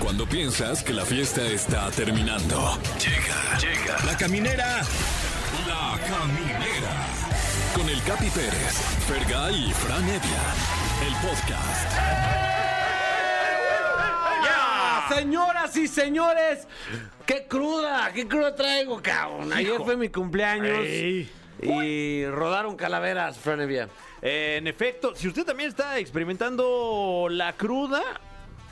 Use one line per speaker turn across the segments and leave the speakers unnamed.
Cuando piensas que la fiesta está terminando. Llega, llega. La caminera. La caminera. Con el Capi Pérez, Fergay y Fran Evia. El podcast.
Señoras y señores, qué cruda, qué cruda traigo, cabrón. Ayer fue mi cumpleaños
Ey.
y rodaron calaveras, Franevia.
Eh, en efecto, si usted también está experimentando la cruda,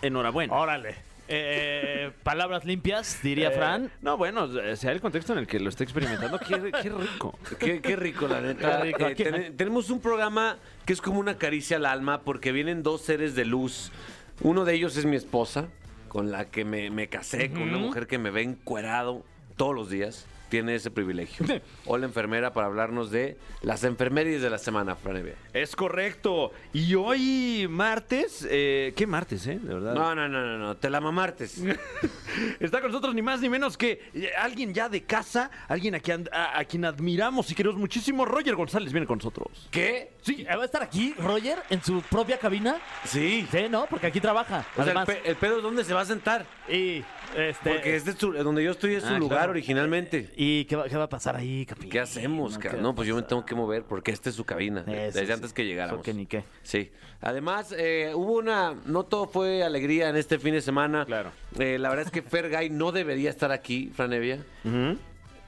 enhorabuena.
Órale. Eh, palabras limpias, diría
Eh,
Fran.
No, bueno, eh, sea el contexto en el que lo esté experimentando, qué, qué rico.
Qué, qué rico, la neta.
Qué rico.
Eh, ten- tenemos un programa que es como una caricia al alma porque vienen dos seres de luz. Uno de ellos es mi esposa, con la que me, me casé, con una mujer que me ve encuerado todos los días. Tiene ese privilegio. O la enfermera para hablarnos de las enfermerías de la semana, Franevia.
Es correcto. Y hoy martes, eh, ¿qué martes, eh? De verdad.
No, no, no, no, no, te la mamartes.
Está con nosotros ni más ni menos que eh, alguien ya de casa, alguien a quien, a- a quien admiramos y queremos muchísimo. Roger González viene con nosotros.
¿Qué?
Sí. eh, ¿Va a estar aquí, Roger, en su propia cabina?
Sí.
Sí, ¿no? Porque aquí trabaja.
O sea, el,
además.
pe- el pedo es dónde se va a sentar.
y, este,
Porque este es su- donde yo estoy es su
Ah,
lugar
claro.
originalmente.
¿Y qué va, qué va a pasar ahí, Capi?
Eh, ¿Qué hacemos,
¿qué
cara?
va
No,
a
pues yo me
pasar?
tengo que mover porque esta es su cabina.
Eso
desde
sí.
antes que llegáramos.
Eso que ni qué.
Sí. Además, eh, hubo una. No todo fue alegría en este fin de semana.
Claro.
Eh, la verdad es que Fergay no debería estar aquí, Franevia.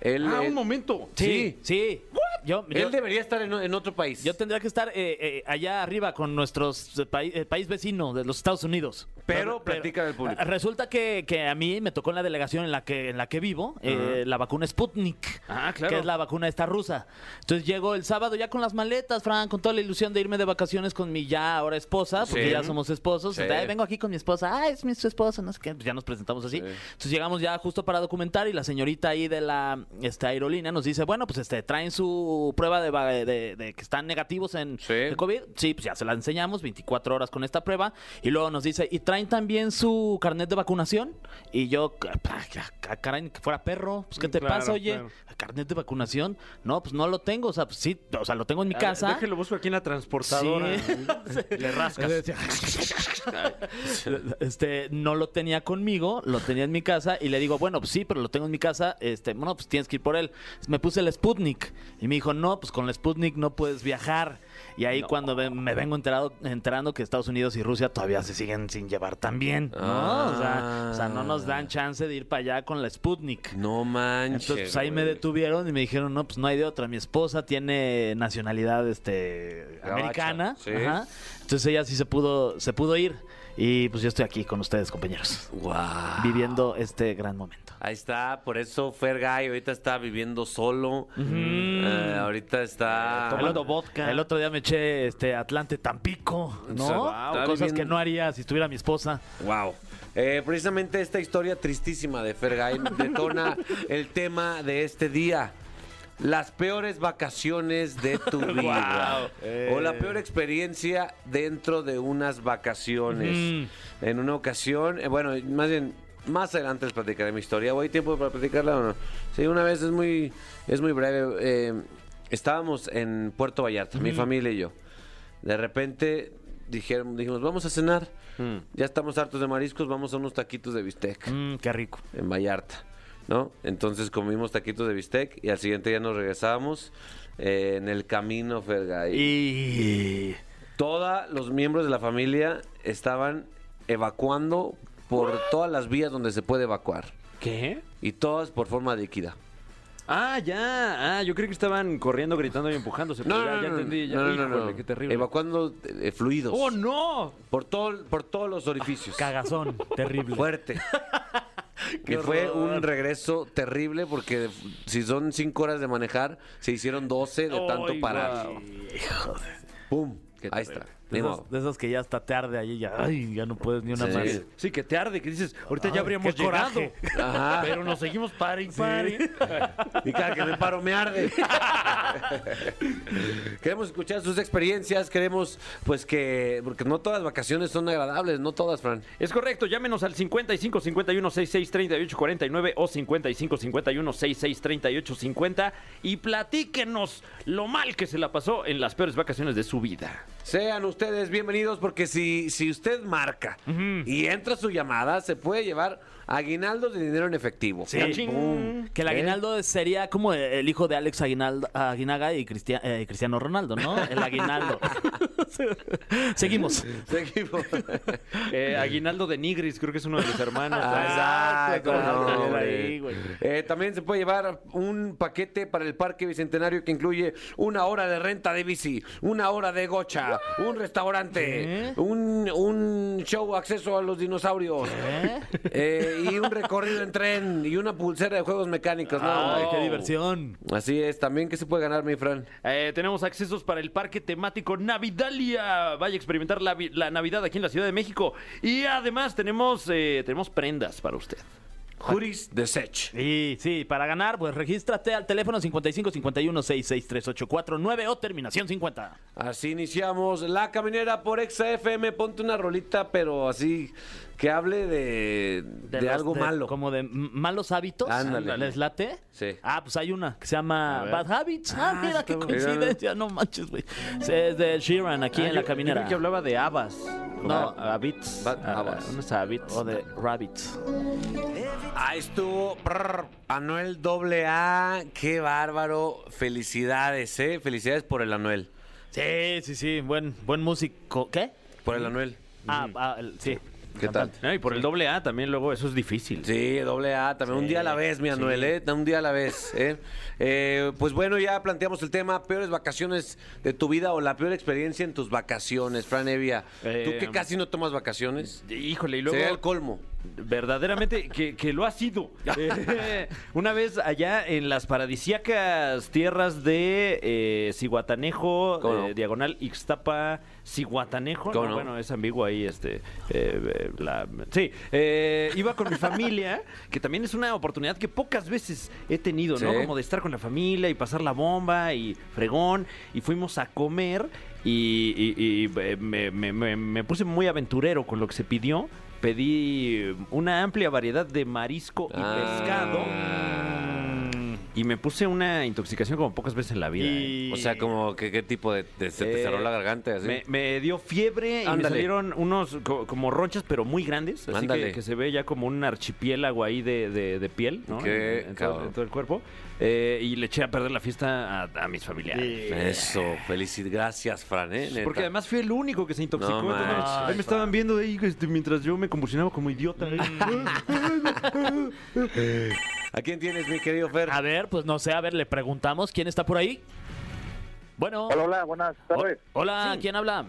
Él,
Ah,
él-
un momento.
Sí, sí. Yo, yo,
Él debería estar en, en otro país.
yo tendría que estar eh, eh, allá arriba con nuestros eh, paí- eh, país vecino de los Estados Unidos.
Pero platica del público.
Ah, Resulta que, que a mí me tocó en la delegación en la que, en la que vivo eh, la vacuna Sputnik.
Ah, claro.
Que es la vacuna esta rusa. Entonces llego el sábado ya con las maletas, Fran, con toda la ilusión de irme de vacaciones con mi ya ahora esposa, porque
Sí.
ya somos esposos.
Sí.
Entonces, "Ay, vengo aquí con mi esposa, ah, es mi su esposa, no sé qué. Pues ya nos presentamos así.
Sí.
Entonces llegamos ya justo para documentar y la señorita ahí de la este, aerolínea nos dice, bueno, pues este traen su prueba de, va- de- de que están negativos en
Sí.
de COVID. Sí, pues ya se la enseñamos, 24 horas con esta prueba. Y luego nos dice, ¿y traen también su carnet de vacunación? Y yo, "Ah, ca- caray, ni que fuera perro, pues ¿qué te
Claro,
pasa, oye?
claro.
¿Carnet de vacunación? No, pues no lo tengo, o sea, pues sí, o sea, lo tengo en mi
A ver,
casa.
Ah, Déjelo busco aquí en la transportadora.
Sí.
Le rascas.
Este, no lo tenía conmigo, lo tenía en mi casa y le digo, bueno, pues sí, pero lo tengo en mi casa, este, bueno, pues tienes que ir por él. Me puse el Sputnik y me dijo, no, pues con el Sputnik no puedes viajar. Y ahí cuando ve- me vengo enterado, enterando que Estados Unidos y Rusia todavía se siguen sin llevar tan bien, ¿no? O, sea, o sea, no nos dan chance de ir para allá con la Sputnik.
No manches.
Entonces, pues, ahí me
güey.
detuvieron y me dijeron, no, pues no hay de otra. Mi esposa tiene nacionalidad este
Gabacha,
americana.
sí.
Ajá. Entonces ella sí se pudo, se pudo ir. Y pues yo estoy aquí con ustedes, compañeros,
Guau.
viviendo este gran momento.
Ahí está, por eso Fergay ahorita está viviendo solo. Eh, ahorita está.
El
Tomando
otro-
vodka.
El otro día me eché este Atlante Tampico, ¿no?
O sea, wow,
Cosas
viviendo-
que no haría si estuviera mi esposa.
Wow. Eh, precisamente esta historia tristísima de Fergay detona el tema de este día. Las peores vacaciones de tu vida. O la peor experiencia dentro de unas vacaciones. En una ocasión, eh, bueno, más bien, más adelante les platicaré mi historia. ¿O hay tiempo para platicarla o no? Sí, una vez es muy, es muy breve. Eh, estábamos en Puerto Vallarta, mi familia y yo. De repente dijeron, dijimos, vamos a cenar.
Mm.
Ya estamos hartos de mariscos, vamos a unos taquitos de bistec
Mm, qué rico.
en Vallarta, ¿no? Entonces comimos taquitos de bistec y al siguiente día nos regresábamos eh, en el camino, Ferga. Y
Y...
todos los miembros de la familia estaban evacuando por
¡Ah!
todas las vías donde se puede evacuar.
¿Qué?
Y todas por forma líquida.
Ah, ya. Ah, yo creí que estaban corriendo, gritando y empujándose. pero ya, ya entendí. Ya.
no, no, no,
Híjole,
no.
qué terrible.
Evacuando eh, fluidos.
¡Oh, no! Ah,
por, todo, por todos los orificios.
Cagazón, terrible.
Fuerte. Y fue un regreso terrible porque de- si son cinco horas de manejar, se hicieron 12 de tanto
Ay,
parar.
guau.
¡Pum! Ahí
terrible.
está.
De
Ni
esos,
modo.
de esos que ya está tarde ahí, ya, ay, ya no puedes ni una
Sí.
más.
Sí, que te arde, que dices, ahorita
Ay,
ya habríamos
qué
llegado.
coraje.
Ajá.
Pero nos seguimos para y pari.
Y cada que me paro me arde. queremos escuchar sus experiencias, queremos pues que... Porque no todas las vacaciones son agradables, no todas, Fran.
Es correcto, llámenos al 55 51 66 38 49 o 55 51 66 38 50 y platíquenos lo mal que se la pasó en las peores vacaciones de su vida.
Sean ustedes bienvenidos porque si, si usted marca y entra su llamada, se puede llevar aguinaldos de dinero en efectivo.
Cachín.
Pum.
Que el
¿Eh?
aguinaldo sería como e, el hijo de Alex Aguinaldo, Aguinaga y Cristia- eh, Cristiano Ronaldo, ¿no? El aguinaldo. Seguimos.
Seguimos.
Eh, Aguinaldo de Nigris, creo que es uno de los hermanos.
Ah, exacto,
Ah,
cómo no,
ándale,
hombre.
ahí, güey.
Eh, también se puede llevar un paquete para el Parque Bicentenario que incluye una hora de renta de bici, una hora de gocha, un restaurante, un, un show acceso a los dinosaurios eh, y un recorrido en tren y una pulsera de juegos mecánicos. No,
Ay,
hombre.
qué diversión.
Así es, también que se puede ganar, mi Fran.
Eh, tenemos accesos para el parque temático Navidalia. Vaya a experimentar la, vi- la Navidad aquí en la Ciudad de México. Y además tenemos, eh, tenemos prendas para usted.
Juris de Sech.
Sí, sí, para ganar, pues regístrate al teléfono 55 51 9 o terminación 50.
Así iniciamos La Caminera por Exa FM. Ponte una rolita, pero así que hable de, de
los-
algo malo.
Como de m- malos hábitos.
Ándale.
¿Les late?
Sí.
Ah, pues hay una que se llama Bad Habits. Ah,
Ah,
mira,
está
qué
bueno. Ah,
coincidencia. No manches, güey. Es de Sheeran aquí en la caminera.
que hablaba de habas.
No.
habits.
Ba-
Ah,
habas.
unos habits.
O de Rabbits.
Ahí estuvo prr, Anuel AA, qué bárbaro. Felicidades, ¿eh? Felicidades por el Anuel.
Sí, sí, sí. Buen, buen músico. ¿Qué?
Por el Anuel.
Ah, ah, el- sí.
Mm. ¿Qué tal?
No, y por el doble A también luego eso es difícil.
Sí, doble A, también un día a la vez, mi Anuel, ¿eh? Un día a la vez, ¿eh? Eh, Pues bueno, ya planteamos el tema, peores vacaciones de tu vida o la peor experiencia en tus vacaciones, Fran Evia. ¿Tú
Eh,
que casi no tomas vacaciones?
Híjole, y luego...
Sería el colmo.
Verdaderamente que, que lo ha sido. Eh, una vez allá en las paradisíacas tierras de eh, Ciguatanejo,
¿Cómo no?
eh, diagonal Ixtapa, Ciguatanejo.
¿Cómo
No,
no?
Bueno, es ambiguo ahí. este eh, eh, la- Sí, eh, iba con mi familia, que también es una oportunidad que pocas veces he tenido, ¿no?
Sí.
Como de estar con la familia y pasar la bomba y fregón. Y fuimos a comer y, y- y, eh, me, me- me- me puse muy aventurero con lo que se pidió. Pedí una amplia variedad de marisco y pescado.
Mm.
Y me puse una intoxicación como pocas veces en la vida. ¿eh?
Y-
O sea, como que qué tipo de... de- se te
Eh,
cerró la garganta, así.
Me, me dio fiebre y me
Ándale.
salieron unos co- como ronchas, pero muy grandes. Así que,
Ándale.
que se ve ya como un archipiélago ahí de, de- de piel, ¿no?
Qué
en, en todo,
cabrón.
en todo el cuerpo. Eh, y le eché a perder la fiesta a, a mis familiares.
Eso, felicidades. Gracias, Fran, ¿eh? Neta.
Porque además fui el único que se intoxicó.
No
entonces,
manches.
ahí me estaban viendo ahí este, mientras yo me convulsionaba como idiota. ¿eh? Mm.
¿A quién tienes, mi querido Fer?
A ver, pues no sé, a ver, le preguntamos quién está por ahí. Bueno.
Hola, hola, buenas
O-
tardes.
hola, ¿quién habla?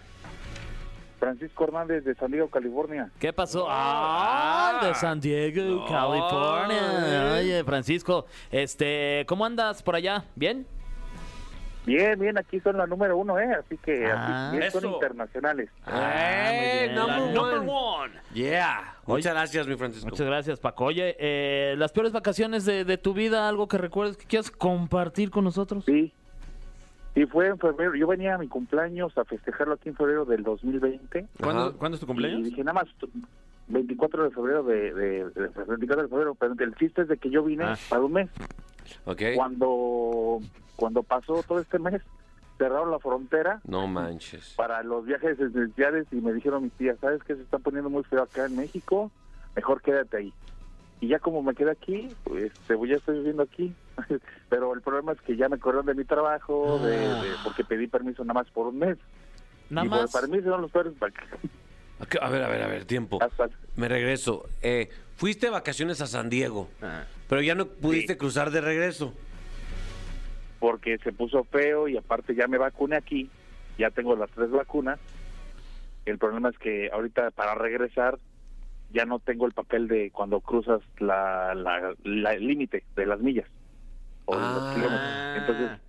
Francisco Hernández de San Diego, California.
¿Qué pasó? Ah, de San Diego, California. Oye, Francisco, este, ¿cómo andas por allá? ¿Bien?
Bien, bien, aquí son la número uno, ¿eh? Así que
Ah,
aquí bien son
eso.
internacionales.
muy
¡Eh!
bien.
Number,
La
one.
Number one.
Yeah. Muchas gracias, mi Francisco.
Muchas gracias, Paco. Oye, eh, las peores vacaciones de, de tu vida, algo que recuerdes que quieras compartir con nosotros.
Sí. Y fue en febrero. Yo venía a mi cumpleaños a festejarlo aquí en febrero del 2020.
¿Cuándo,
Ajá.
cuándo es tu
Y
cumpleaños?
dije, nada más, tu- 24 de febrero de, de- de- 24 de febrero. Pero el chiste es de que yo vine
Ah.
para un mes.
Ok.
Cuando, cuando pasó todo este mes, cerraron la frontera
No manches.
para los viajes esenciales y me dijeron mis tías, ¿sabes qué? Se están poniendo muy feo acá en México, mejor quédate ahí. Y ya como me quedé aquí, pues este, ya estoy viviendo aquí. Pero el problema es que ya me corrieron de mi trabajo, de, de- porque pedí permiso nada más por un mes.
Ah. Nada
y por
más.
el permiso son los peores vac-
Ok, A ver, a ver, a ver, tiempo.
hasta-
Me regreso. Eh, fuiste de vacaciones a San Diego,
Ah.
pero ya no pudiste cruzar de regreso.
porque se puso feo y aparte ya me vacuné aquí, ya tengo las tres vacunas. El problema es que ahorita para regresar ya no tengo el papel de cuando cruzas la la- la- el límite de las millas o de
Ah.
los kilómetros. Entonces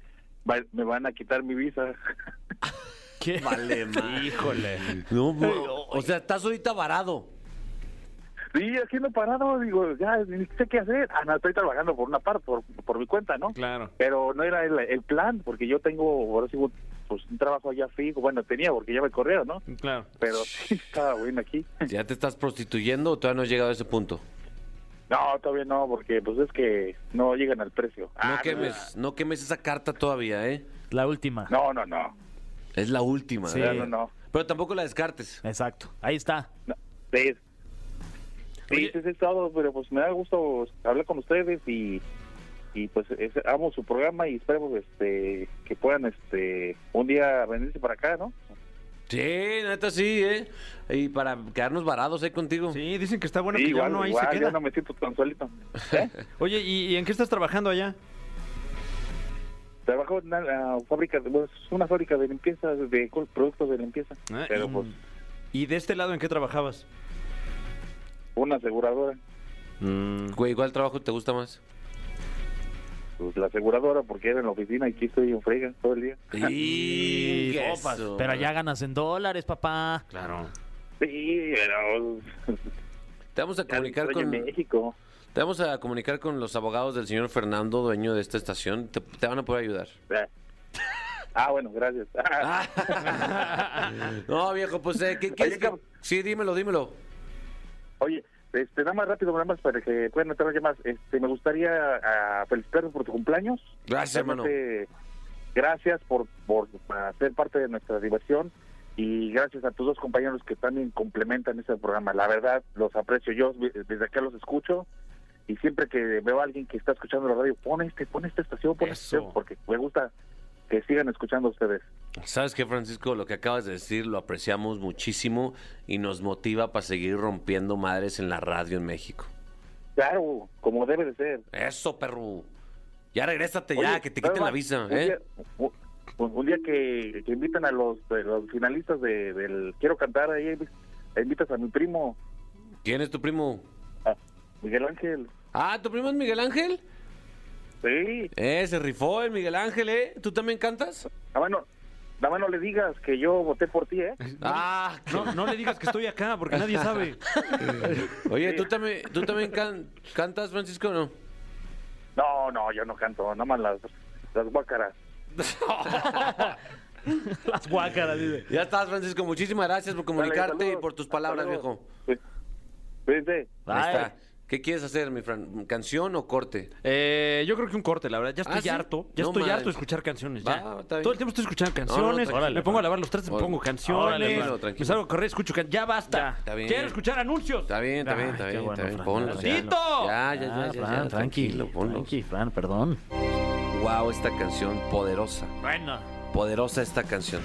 va- me van a quitar mi visa.
¿Qué?
Vale,
Híjole.
No, mo- o sea, estás ahorita varado.
Sí, haciendo parado, digo, ya ni sé qué hacer. Ah, no, estoy trabajando por una parte, por, por mi cuenta, ¿no?
Claro.
Pero no era el, el plan, porque yo tengo, ahora sí, un- pues un trabajo allá fijo. Bueno, tenía, porque ya me corrieron, ¿no?
Claro.
pero sí estaba bueno aquí.
¿Ya te estás prostituyendo o todavía no has llegado a ese punto?
No, todavía no, porque pues es que no llegan al precio.
No
Ah,
quemes, no quemes esa carta todavía, ¿eh?
La última.
No, no, no.
Es la última.
Sí.
¿verdad?
No, no, no.
Pero tampoco la descartes.
Exacto. Ahí está.
No, sí. Sí,
Oye.
ese es todo, pero pues me da gusto hablar con ustedes y, y pues es- amo su programa y esperemos este que puedan este un día venirse para acá, ¿no?
Sí, neta sí, ¿eh? Y para quedarnos varados ahí contigo.
Sí, dicen que está bueno
Sí,
que ya
igual,
uno ahí
igual,
se
ya
queda.
no me siento tan solito. ¿Eh?
Oye, ¿y, y en qué estás trabajando allá?
Trabajo en una ah, fábrica, de- bueno, es una fábrica de limpieza, de col- productos de limpieza,
Ah,
pero
y-
pues
¿Y de este lado en qué trabajabas?
una aseguradora,
Güey, ¿cuál trabajo te gusta más?
pues la aseguradora porque era en la oficina y aquí estoy en frega todo el día.
Y...
sopas,
eso.
Pero allá ganas en dólares, papá.
Claro.
Sí, pero
Te vamos a comunicar
estoy en
con...
México.
Te vamos a comunicar con los abogados del señor Fernando, dueño de esta estación. Te, te van a poder ayudar.
Ah. Ah, bueno, gracias.
no, viejo, pues, eh, ¿qué, qué
Oye,
es que-
cabrón.
Sí, dímelo, dímelo.
Oye, este, nada más rápido, nada más para que puedan entrar llamadas. Este, me gustaría ah, felicitarte por tu cumpleaños.
Gracias, hermano.
Realmente, Gracias por, por ah, ser parte de nuestra diversión y gracias a tus dos compañeros que también complementan este programa. La verdad, los aprecio yo, desde acá los escucho y siempre que veo a alguien que está escuchando la radio, pon este, pon esta estación, pon esta
Eso.
estación, porque me gusta que sigan escuchando a ustedes.
¿Sabes qué, Francisco? Lo que acabas de decir lo apreciamos muchísimo y nos motiva para seguir rompiendo madres en la radio en México.
Claro, como debe de ser.
Eso, perro. Ya regrésate
Oye,
Este, ya, que te quiten
Rafa,
la visa,
un
¿eh?
día- un- un, un día que, que invitan a los, de los finalistas de- del Quiero Cantar, ahí invitas a mi primo,
¿Quién es tu primo?
a Miguel Ángel.
Ah, ¿tu primo es Miguel Ángel?
Sí,
Eh, se rifó el Miguel Ángel, ¿eh? ¿Tú también cantas?
nada más no, nada más no le digas que yo voté por ti, ¿eh?
Ah,
No, no le digas que estoy acá porque nadie sabe.
Oye, ¿tú también, tú también can- cantas, Francisco, o no?
No, no, yo no canto, nada más las, las guácaras.
Las guácaras, dice.
Ya estás, Francisco. Muchísimas gracias por
Dale,
comunicarte y
saludos.
por tus
Hasta
palabras,
luego.
viejo.
Sí. Cuídense.
Ahí
Bye.
está. ¿Qué quieres hacer, mi Fran? ¿Canción o corte?
Eh, yo creo que un corte, la verdad. Ya estoy
Ah, ¿sí?
harto. Ya
No
estoy
manches.
harto de escuchar canciones. ya.
Va, está bien.
Todo el tiempo estoy escuchando
No, no,
canciones.
tranquilo.
me pongo a lavar los trastes, me
Órale.
pongo canciones.
Órale, hermano,
me
tranquilo.
salgo a correr, escucho canciones. Ya basta.
está bien.
Quiero escuchar anuncios.
Está bien, está
Ay,
bien, está
qué
bien.
bueno,
está bien.
Fran,
Ponlos ya.
¡Tito!
Ya, ya,
Ah,
ya, ya, ya,
Fran, tranqui,
tranquilo, ponlos.
tranqui, Fran, perdón.
Wow, esta canción poderosa.
Bueno.
Poderosa esta canción.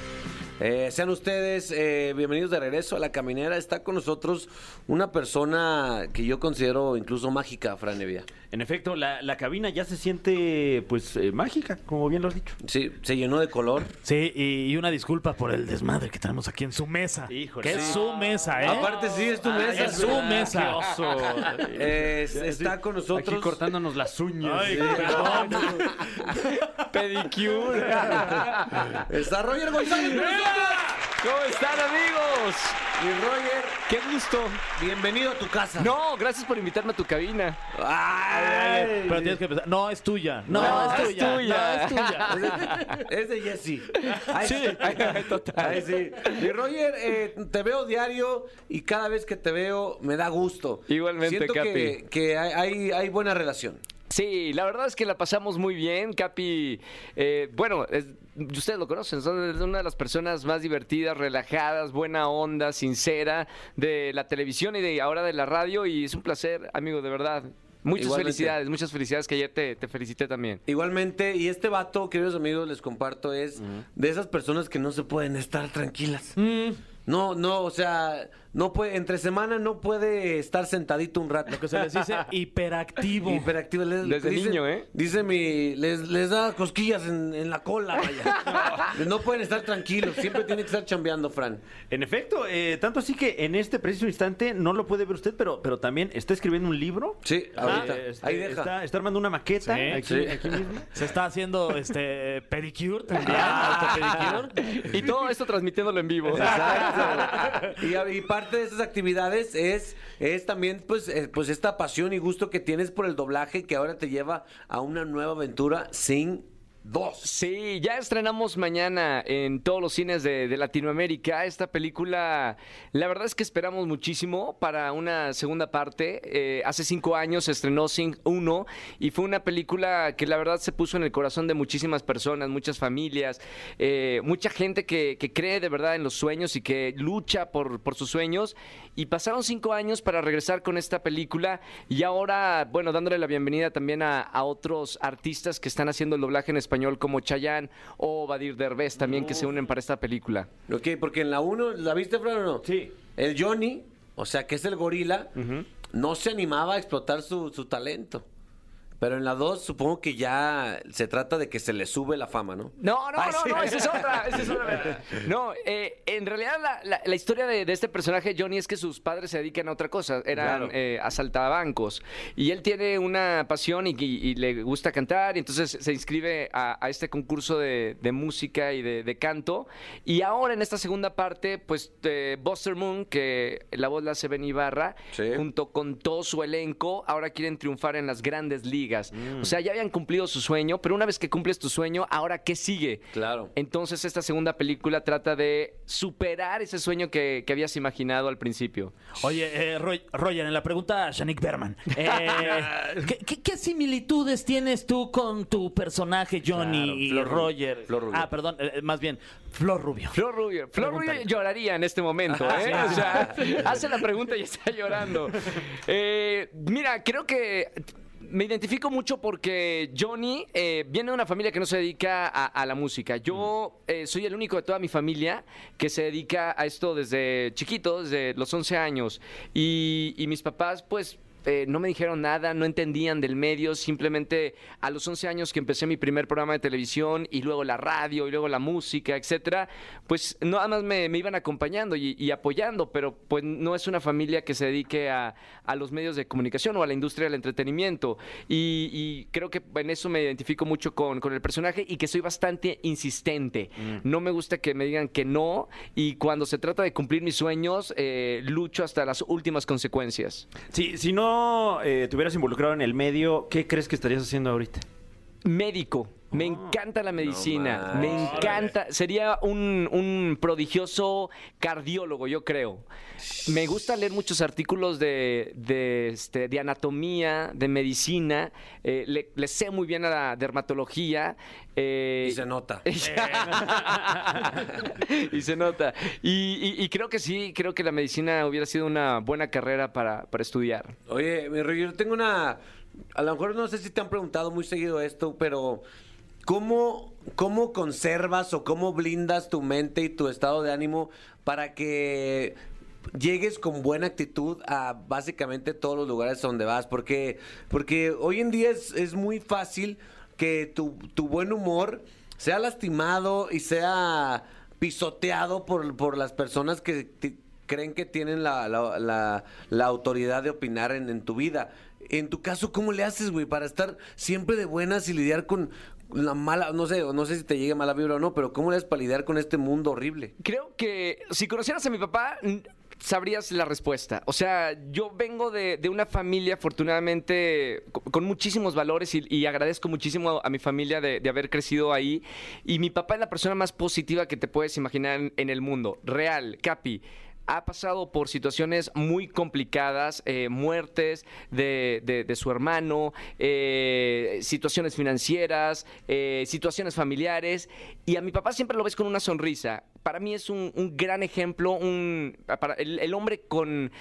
Eh, sean ustedes eh, bienvenidos de regreso a La Caminera. Está con nosotros una persona que yo considero incluso mágica, Fran Evia.
En efecto, la, la cabina ya se siente, pues, eh, mágica, como bien lo has dicho.
Sí, se llenó de color.
Sí, y, y una disculpa por el desmadre que tenemos aquí en su mesa.
Híjole.
Que es
Sí.
su mesa, ¿eh?
Aparte, sí, es tu
Ah,
mesa.
es su mesa.
Eh, está con nosotros.
Aquí cortándonos las uñas.
Ay,
Sí.
perdón.
Pedicure.
Está Roger González.
¿Cómo están amigos?
Y Roger,
¡Qué gusto!
bienvenido a tu casa.
No, gracias por invitarme a tu cabina.
Ay,
Pero tienes que empezar. No, es tuya. No,
No,
es
es
tuya.
tuya.
No, es tuya.
es de Jesse. Ay,
Sí, total.
Ay, sí. Y Roger, eh, te veo diario y cada vez que te veo me da gusto.
Igualmente,
Siento Que,
Capi.
que hay, hay- hay buena relación.
Sí, la verdad es que la pasamos muy bien, Capi. eh, bueno, es- ustedes lo conocen, son- es una de las personas más divertidas, relajadas, buena onda, sincera de la televisión y de ahora de la radio. Y es un placer, amigo, de verdad. Muchas
Igualmente.
felicidades, muchas felicidades que ayer te, te felicité también.
Igualmente, y este vato, queridos amigos, les comparto, es de esas personas que no se pueden estar tranquilas.
Mm.
No, no, o sea, no puede, entre semana no puede estar sentadito un rato.
Lo que se les dice hiperactivo.
Hiperactivo. Les-
Desde niño, ¿eh?
Dice mi... Les, les da cosquillas en, en la cola, vaya. no pueden estar tranquilos. Siempre tienen que estar chambeando, Fran.
En efecto, eh, tanto así que en este preciso instante no lo puede ver usted, pero, pero también está escribiendo un libro.
Sí, ahorita.
Eh, este,
Ahí deja.
Está, está armando una maqueta
Sí,
aquí,
¿Eh? sí.
aquí mismo.
Se está haciendo este pedicure también.
Ah.
autopedicure.
Y todo esto transmitiéndolo en vivo.
Exacto. Y, a- y parte de esas actividades es, es también pues, eh, pues esta pasión y gusto que tienes por el doblaje que ahora te lleva a una nueva aventura sin 2.
Sí, ya estrenamos mañana en todos los cines de, de Latinoamérica esta película. La verdad es que esperamos muchísimo para una segunda parte. Eh, hace cinco años se estrenó Sing 1 y fue una película que la verdad se puso en el corazón de muchísimas personas, muchas familias, eh, mucha gente que, que cree de verdad en los sueños y que lucha por, por sus sueños. Y pasaron cinco años para regresar con esta película y ahora, bueno, dándole la bienvenida también a, a otros artistas que están haciendo el doblaje en español como Chayanne o Badir Derbez también que se unen para esta película.
Ok, porque en la 1, ¿la viste, Fran, o no?
Sí.
El Johnny, o sea, que es el gorila, no se animaba a explotar su, su talento. Pero en la 2, supongo que ya se trata de que se le sube la fama, ¿no?
No, no,
Ah,
no,
sí.
no, esa es otra, esa es otra verdad. No, eh, en realidad la, la- la historia de, de este personaje, Johnny, es que sus padres se dedican a otra cosa, eran
Claro.
eh, asaltabancos. Y él tiene una pasión y, y- y le gusta cantar, y entonces se inscribe a, a este concurso de, de música y de, de canto. Y ahora en esta segunda parte, pues eh, Buster Moon, que la voz la hace Ben Ibarra,
Sí.
junto con todo su elenco, ahora quieren triunfar en las grandes ligas.
Mm.
O sea, ya habían cumplido su sueño, pero una vez que cumples tu sueño, ahora qué sigue.
Claro.
Entonces esta segunda película trata de superar ese sueño que, que habías imaginado al principio.
Oye, eh, Roy- Roger, en la pregunta a Shanik Berman. eh, ¿qué, qué, qué similitudes tienes tú con tu personaje Johnny
Claro,
y
Flor Rubio.
Roger?
Flor Rubio.
Ah, perdón, eh, más bien, Flor Rubio.
Flor Rubio, Flor Rubio
Pregúntale. Ah,
lloraría en este momento, ¿eh? O sea, hace la pregunta y está llorando. Eh, mira, creo que me identifico mucho porque Johnny eh, viene de una familia que no se dedica a, a la música. Yo
Mm.
eh, soy el único de toda mi familia que se dedica a esto desde chiquito, desde los 11 años. Y, y mis papás, pues... eh, no me dijeron nada, no entendían del medio, simplemente a los 11 años que empecé mi primer programa de televisión y luego la radio y luego la música, etcétera, pues nada más me, me iban acompañando y, y apoyando, pero pues no es una familia que se dedique a, a los medios de comunicación o a la industria del entretenimiento. Y, y creo que en eso me identifico mucho con, con el personaje y que soy bastante insistente. No me gusta que me digan que no y cuando se trata de cumplir mis sueños, eh, lucho hasta las últimas consecuencias.
Si, si no eh, te hubieras involucrado en el medio, ¿qué crees que estarías haciendo ahorita?
médico. Me encanta la medicina,
Ah, manches.
me encanta. Sería un, un prodigioso cardiólogo, yo creo. Me gusta leer muchos artículos de, de, este, de anatomía, de medicina. eh, le, le sé muy bien a la dermatología. eh,
Y se nota.
y se nota. Y, y- y creo que sí, creo que la medicina hubiera sido una buena carrera para, para estudiar.
Oye, mi Roger, yo tengo una. A lo mejor no sé si te han preguntado muy seguido esto, pero ¿cómo, cómo conservas o cómo blindas tu mente y tu estado de ánimo para que llegues con buena actitud a básicamente todos los lugares a donde vas? Porque, porque hoy en día es, es muy fácil que tu, tu buen humor sea lastimado y sea pisoteado por, por las personas que te- creen que tienen la, la- la- la autoridad de opinar en, en tu vida. En tu caso, ¿cómo le haces, güey, para estar siempre de buenas y lidiar con la mala, no sé, o no sé si te llega mala vibra o no, pero ¿cómo le haces para lidiar con este mundo horrible?
Creo que si conocieras a mi papá, n- sabrías la respuesta. O sea, yo vengo de, de una familia, afortunadamente, co- con muchísimos valores y, y agradezco muchísimo a mi familia de, de haber crecido ahí. Y mi papá es la persona más positiva que te puedes imaginar en, en el mundo. Real, Capi. Ha pasado por situaciones muy complicadas, eh, muertes de, de- de su hermano, eh, situaciones financieras, eh, situaciones familiares. Y a mi papá siempre lo ves con una sonrisa. Para mí es un, un gran ejemplo, un, para el, el hombre con,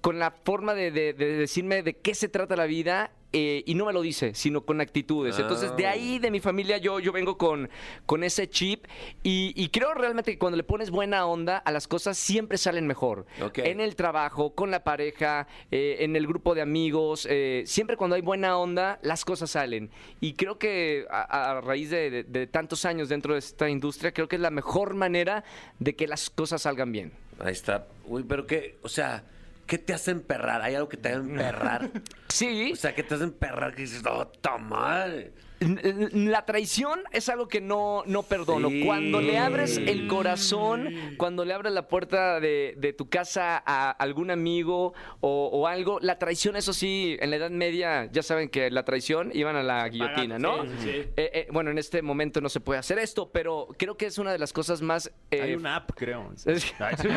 con la forma de, de- de decirme de qué se trata la vida. eh, y no me lo dice, sino con actitudes. Entonces, de
Ah.
ahí de mi familia yo, yo vengo con, con ese chip. Y, y creo realmente que cuando le pones buena onda a las cosas, siempre salen mejor.
Ok.
En el trabajo, con la pareja, eh, en el grupo de amigos. eh, siempre cuando hay buena onda, las cosas salen. Y creo que a, a raíz de, de- de tantos años dentro de esta industria, creo que es la mejor manera de que las cosas salgan bien.
Ahí está. Uy, pero qué, o sea, ¿Qué te hace emperrar? ¿Hay algo que te haga emperrar?
Sí.
O sea, ¿qué te hace emperrar? Que dices, oh, tamal.
N- n- La traición es algo que no, no perdono.
Sí.
Cuando le abres el corazón, cuando le abres la puerta de, de tu casa a algún amigo o, o algo, la traición, eso sí, en la Edad Media ya saben que la traición iban a la guillotina, ¿no?
sí, sí, sí.
Eh, eh, bueno, en este momento no se puede hacer esto, pero creo que es una de las cosas más... eh,
Hay una app, creo.
es-
Ay, sí.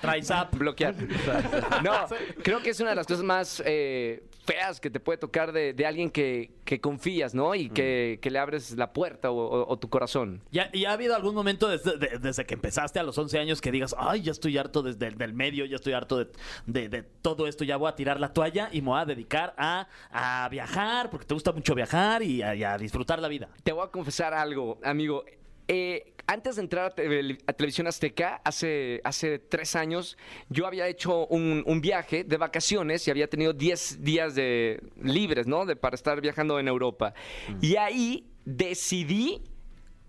Traizap.
bloquear. No, creo que es una de las cosas más eh, feas que te puede tocar de, de alguien que, que confías, ¿no? Y que, que le abres la puerta o, o- o tu corazón.
¿Ya, ¿Ya ha habido algún momento desde, de- desde que empezaste a los 11 años que digas, ay, ya estoy harto desde el del medio, ya estoy harto de, de- de todo esto, ya voy a tirar la toalla y me voy a dedicar a, a viajar, porque te gusta mucho viajar y a, y a disfrutar la vida?
Te voy a confesar algo, amigo. Eh, antes de entrar a, Tele- a Televisión Azteca, hace, hace tres años, yo había hecho un, un viaje de vacaciones y había tenido 10 días de, libres, ¿no? De, para estar viajando en Europa. Y ahí decidí,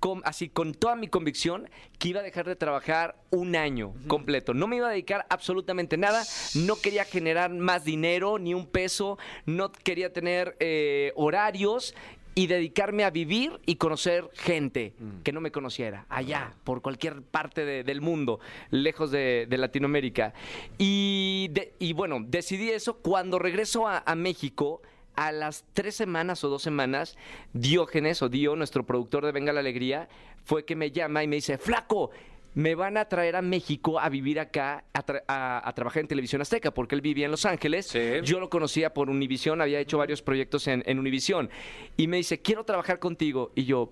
con- así con toda mi convicción, que iba a dejar de trabajar un año completo. No me iba a dedicar absolutamente nada. No quería generar más dinero, ni un peso. No quería tener eh, horarios y dedicarme a vivir y conocer gente que no me conociera, allá, por cualquier parte de- del mundo, lejos de, de Latinoamérica. Y, de- y bueno, decidí eso cuando regreso a, a México. A las tres semanas o dos semanas, Diógenes o Dio, nuestro productor de Venga la Alegría, fue que me llama y me dice, flaco, me van a traer a México a vivir acá, a, tra- a- a trabajar en Televisión Azteca, porque él vivía en Los Ángeles.
Sí.
Yo yo lo conocía por Univisión, había hecho varios proyectos en, en Univisión. Y me dice, quiero trabajar contigo. Y yo,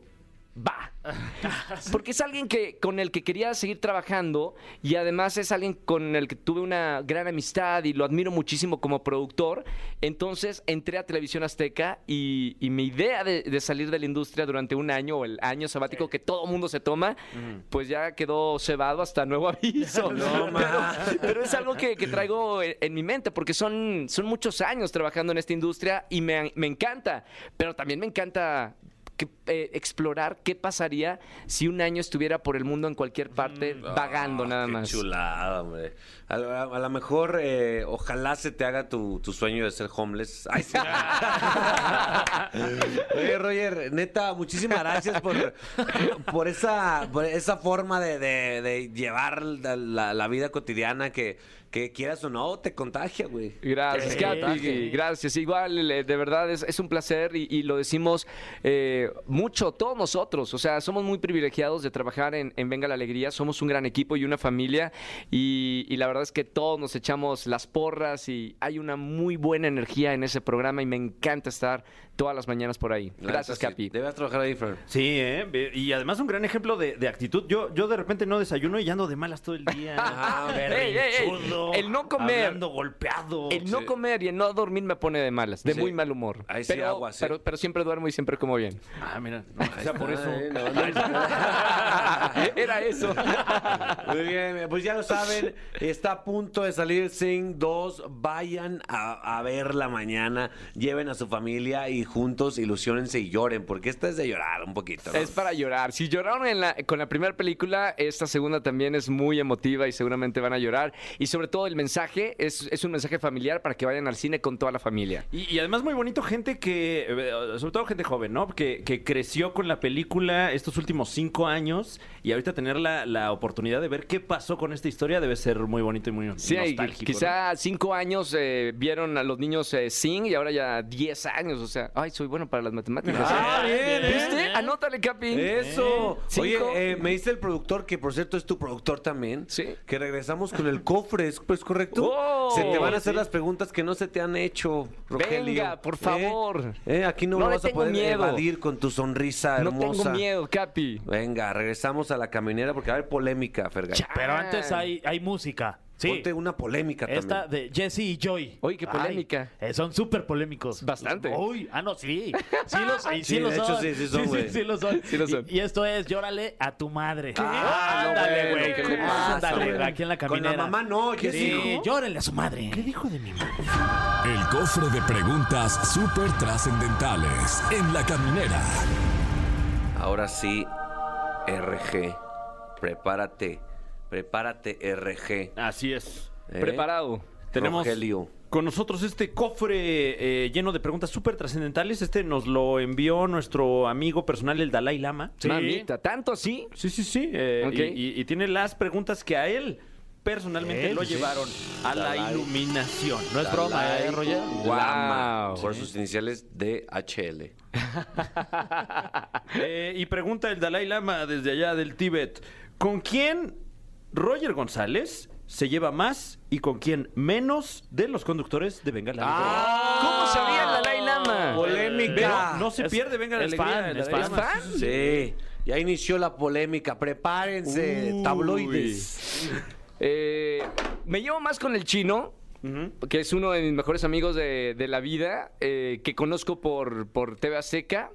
va. Porque es alguien que, con el que quería seguir trabajando y además es alguien con el que tuve una gran amistad y lo admiro muchísimo como productor. Entonces entré a Televisión Azteca y, y mi idea de, de salir de la industria durante un año o el año sabático que todo mundo se toma, pues ya quedó cebado hasta nuevo aviso. pero, pero es algo que, que traigo en, en mi mente porque son, son muchos años trabajando en esta industria y me, me encanta, pero también me encanta que, eh, explorar qué pasaría si un año estuviera por el mundo en cualquier parte vagando
Ah,
nada
qué
más.
Chulada, hombre. A, lo- a lo mejor, eh, ojalá se te haga tu, tu sueño de ser homeless. Ay, sí. Oye, Roger, neta, muchísimas gracias por, por, esa, por esa forma de, de- de llevar la, la- la vida cotidiana que, que quieras o no, te contagia, güey.
Gracias,
Sí.
Capi. Gracias. Igual, eh, de verdad, es, es un placer y, y lo decimos eh, mucho todos nosotros. O sea, somos muy privilegiados de trabajar en, en Venga la Alegría. Somos un gran equipo y una familia. Y, y la verdad es que todos nos echamos las porras y hay una muy buena energía en ese programa y me encanta estar todas las mañanas por ahí.
La
Gracias,
neta, sí.
Capi.
Debes trabajar ahí, Fran.
Sí, ¿eh? Ve- y además un gran ejemplo de, de actitud. Yo, yo de repente no desayuno y ando de malas todo el día.
Ah, ey, ey, ey.
berrinchudo,
El no comer.
Hablando golpeado.
El no comer y el no dormir me pone de malas, de
Sí.
muy mal humor.
Ahí sí,
pero,
aguas, ¿eh?
pero, pero siempre duermo y siempre como bien.
Ah, mira. no, o sea, por
Ahí
eso.
está, eh, la banda.
Era eso.
Muy bien, pues ya lo saben, está a punto de salir Sing 2. Vayan a, a verla mañana, lleven a su familia y juntos ilusionense y lloren, porque esta es de llorar un poquito. ¿no?
Es para llorar. Si lloraron en la- con la primera película, esta segunda también es muy emotiva y seguramente van a llorar. Y sobre todo el mensaje es, es un mensaje familiar para que vayan al cine con toda la familia.
Y, y además muy bonito gente que, eh, sobre todo gente joven, ¿no? Que, que creció con la película estos últimos cinco años y ahorita tener la, la oportunidad de ver qué pasó con esta historia debe ser muy bonito y muy
Sí, y
nostálgico.
quizá cinco años eh, vieron a los niños eh, Sing y ahora ya diez años. O sea, ay, soy bueno para las matemáticas.
Ah, bien, ¿eh?
¿Viste? Anótale, Capi.
Eso.
Cinco.
Oye, eh, me dice el productor, que por cierto es tu productor también,
Sí.
que regresamos con el cofre, ¿es pues, correcto?
Oh,
se te van a
sí.
hacer las preguntas que no se te han hecho, Rogelio.
Venga, por
Eh,
favor.
eh, aquí no,
No
me
le
vas a
tengo
poder
miedo.
evadir con tu sonrisa
no
hermosa.
tengo miedo, Capi.
Venga, regresamos a la caminera porque va a haber polémica, Fergay.
Chao.
Pero antes hay, hay música. Sí.
Ponte una polémica
Esta
también.
de Jesse y Joy.
Oye, qué
Ay,
polémica.
eh, son súper polémicos.
Bastante.
Uy, ah, no, sí. Sí los, y sí
Sí,
lo
de hecho,
son.
sí, sí son,
sí,
güey.
sí lo son.
Sí lo son.
Y, y esto es Llórale a tu madre.
Ah, no,
ándale,
bueno,
güey.
¿qué le
pasa,
Ándale,
güey?
aquí en la
Con
caminera.
la mamá no,
¿Qué
¿qué
sí,
dijo?
llórale a su madre. ¿Qué dijo de mi mamá?
El cofre de preguntas súper trascendentales en la caminera.
Ahora sí, RG. Prepárate. Prepárate, RG.
Así es.
¿eh?
Preparado.
Tenemos
Rogelio.
con nosotros este cofre eh, lleno de preguntas súper trascendentales. Este nos lo envió nuestro amigo personal, el Dalai Lama.
Mamita, ¿tanto así?
Sí, sí, sí. eh,
Ok.
y, y- y tiene las preguntas que a él personalmente
¿Eh?
lo llevaron a la iluminación.
No es broma, ¿eh, Roger?
Lama,
Wow.
por sus iniciales DHL.
Eh, y pregunta el Dalai Lama desde allá del Tíbet: ¿Con quién Roger González se lleva más y con quién menos de los conductores de Venga la Alegría?
Ah. ¿Cómo sabía el Dalai Lama?
Polémica. No se
Es-
pierde Venga la
es
Alegría,
fan,
el
es
Dalai
fan.
Lama.
¿Fan?
Sí, ya inició la polémica. Prepárense, tabloides.
Eh, me llevo más con el chino, que es uno de mis mejores amigos de, de la vida, eh, que conozco por, por TV Azteca.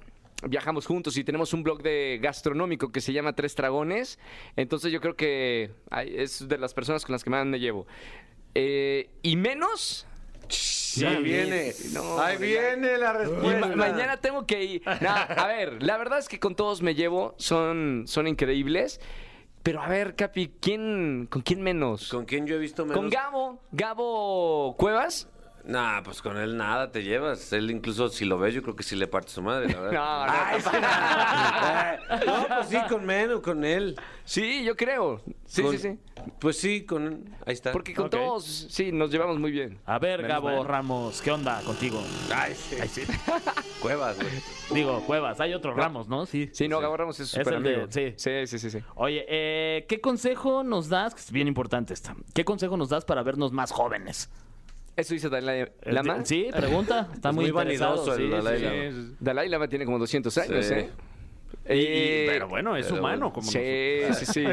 Viajamos juntos y tenemos un blog de gastronómico que se llama Tres Dragones. Entonces yo creo que ay, es de las personas con las que más me llevo. Eh, y menos...
Ahí viene.
No,
Ahí
ya.
viene la
Y ma-
respuesta.
mañana tengo que ir. No, a ver, la verdad es que con todos me llevo, son, son increíbles. Pero a ver, Capi, ¿quién, ¿con quién menos?
¿Con quién yo he visto menos?
Con Gabo, Gabo Cuevas.
Nah, pues con él nada te llevas. Él incluso si lo ves, yo creo que sí le parte su madre, la verdad.
No, no,
Ay,
no.
sí. no, pues sí, con menos, con él.
Sí, yo creo. Sí,
Con- Ah,
sí, sí.
Pues sí, con él. Ahí está.
Porque con
Ok.
todos, sí, nos llevamos muy bien.
A ver,
Menos
Gabo
mal.
Ramos, ¿qué onda contigo?
Ay, sí. Cuevas, güey.
Digo, Cuevas, hay otro Ramos, ¿no? Sí.
Sí, no, Gabo Ramos es
Es
súper
el de-
amigo.
sí.
sí, sí, sí, sí.
Oye, eh, ¿qué consejo nos das? Que es bien importante esta. ¿Qué consejo nos das para vernos más jóvenes? Eh,
Eso dice Dalai Lama.
Sí, pregunta. Está
Es
muy,
muy vanidoso
interesado,
el
sí,
Dalai
sí, sí.
Lama.
Dalai Lama tiene como 200 años,
Sí.
¿eh?
Y- y-
Eh,
pero bueno, es
pero
humano.
bueno.
Como
Sí, sí, sí.